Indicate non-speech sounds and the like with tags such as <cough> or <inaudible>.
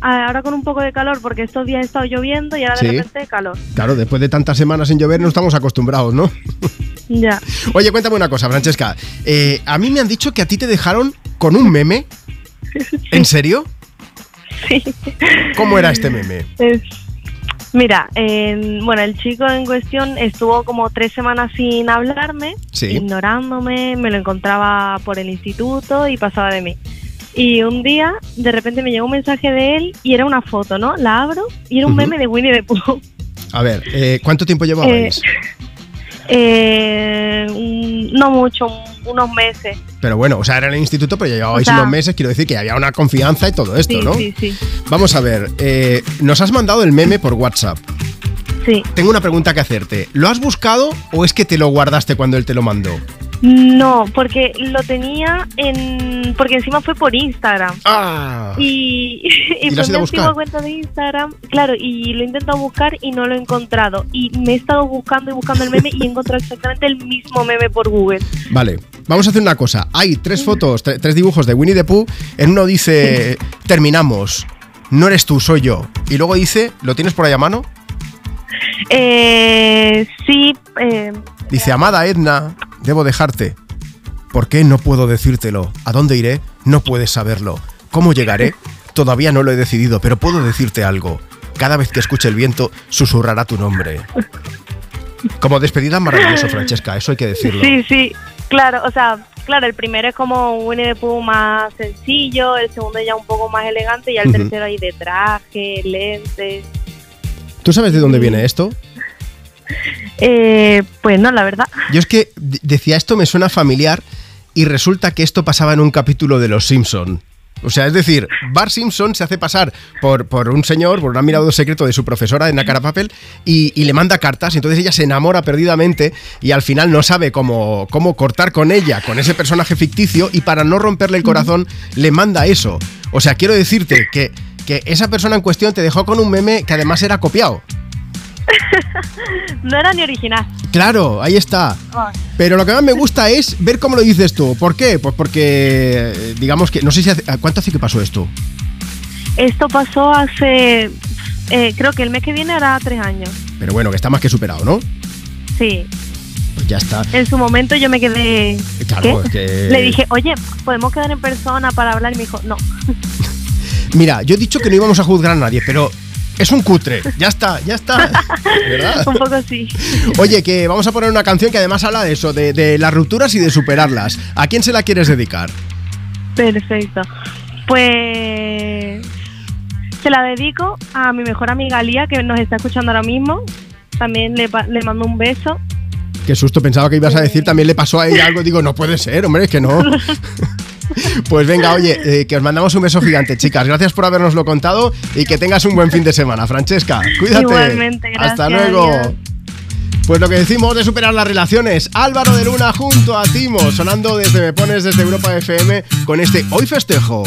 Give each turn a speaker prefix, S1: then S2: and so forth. S1: ah, ahora con un poco de calor porque estos días ha estado lloviendo y ahora
S2: Sí.
S1: de repente calor.
S2: Claro, después de tantas semanas sin llover no estamos acostumbrados, ¿no?
S1: Ya.
S2: Oye, cuéntame una cosa, Francesca. Eh, a mí me han dicho que a ti te dejaron con un meme. ¿En serio?
S1: Sí.
S2: ¿Cómo era este meme?
S1: Es- Mira, en- bueno, el chico en cuestión estuvo como tres semanas sin hablarme,
S2: Sí.
S1: ignorándome, me lo encontraba por el instituto y pasaba de mí. Y un día, de repente me llegó un mensaje de él y era una foto, ¿no? La abro y era un
S2: Ujú.
S1: meme de Winnie the Pooh. <laughs>
S2: A ver, eh, ¿cuánto tiempo llevabais?
S1: Eh, un- no mucho, un- unos meses.
S2: Pero bueno, o sea, era en el instituto, pero ya llevabais
S1: O sea-
S2: unos meses, quiero decir que había una confianza y todo esto,
S1: sí,
S2: ¿no?
S1: sí, sí,
S2: Vamos a ver, eh, nos has mandado el meme por WhatsApp.
S1: sí.
S2: Tengo una pregunta que hacerte. ¿Lo has buscado o es que te lo guardaste cuando él te lo mandó?
S1: No, porque lo tenía en. Porque encima fue por Instagram.
S2: ¡Ah!
S1: Y, <laughs>
S2: ¿Y
S1: y,
S2: lo
S1: fue
S2: has ido
S1: mi
S2: a buscar?
S1: antigua cuenta de Instagram, claro, y lo he intentado buscar y no lo he encontrado. Y me he estado buscando y buscando el meme y he encontrado exactamente el mismo meme por Google.
S2: Vale, vamos a hacer una cosa. Hay tres fotos, tre- tres dibujos de Winnie the Pooh. En uno dice, terminamos. No eres tú, soy yo. Y luego dice, ¿lo tienes por ahí a mano?
S1: Eh, sí, eh,
S2: Dice, amada Edna, debo dejarte. ¿Por qué no puedo decírtelo? ¿A dónde iré? No puedes saberlo. ¿Cómo llegaré? Todavía no lo he decidido, pero puedo decirte algo. Cada vez que escuche el viento, susurrará tu nombre. Como despedida maravilloso, Francesca, eso hay que decirlo.
S1: sí, sí, claro, o sea, claro, el primero es como un Winnie the Pooh más sencillo, el segundo ya un poco más elegante y el
S2: Ujú.
S1: tercero ahí de traje, lentes.
S2: ¿Tú sabes de dónde viene esto?
S1: Eh, pues no, la verdad. <laughs>
S2: Yo es que de- decía esto me suena familiar y resulta que esto pasaba en un capítulo de Los Simpson. O sea, es decir, Bart Simpson se hace pasar por, por un señor, por un admirador secreto de su profesora en Nacara Papel y, y le manda cartas. Entonces ella se enamora perdidamente y al final no sabe cómo, cómo cortar con ella, con ese personaje ficticio. Y para no romperle el corazón, le manda eso. O sea, quiero decirte que, que esa persona en cuestión te dejó con un meme que además era copiado.
S1: No era ni original.
S2: Claro, ahí está.
S1: Vamos.
S2: Pero lo que más me gusta es ver cómo lo dices tú. ¿Por qué? Pues porque, eh, digamos que, no sé si hace, ¿cuánto hace que pasó esto?
S1: Esto pasó hace, eh, creo que el mes que viene hará tres años.
S2: Pero bueno, que está más que superado, ¿no?
S1: Sí,
S2: Pues ya está. eh,
S1: en su momento yo me quedé...
S2: Claro,
S1: ¿qué?
S2: es que-
S1: Le dije, oye, ¿podemos quedar en persona para hablar? Y me dijo, no.
S2: Mira, yo he dicho que no íbamos a juzgar a nadie, pero es un cutre. Ya está,
S1: <laughs>
S2: ya está. ¿Verdad?
S1: Un poco así.
S2: Oye, que vamos a poner una canción que además habla de eso, de, de las rupturas y de superarlas. ¿A quién se la quieres dedicar?
S1: Perfecto. Pues... Se la dedico a mi mejor amiga Lía, que nos está escuchando ahora mismo. También le, pa- le mando un beso.
S2: Qué susto, pensaba que ibas a decir también le pasó a ella algo. Digo, no puede ser, hombre, es
S1: <laughs>
S2: que no. Pues venga, oye, eh, que os mandamos un beso gigante, chicas. Gracias por habernoslo contado y que tengas un buen fin de semana, Francesca. Cuídate.
S1: Igualmente, gracias,
S2: Hasta luego.
S1: adiós.
S2: Pues lo que decimos de superar las relaciones, Álvaro de Luna junto a Timo, sonando desde Me Pones desde Europa FM con este Hoy Festejo.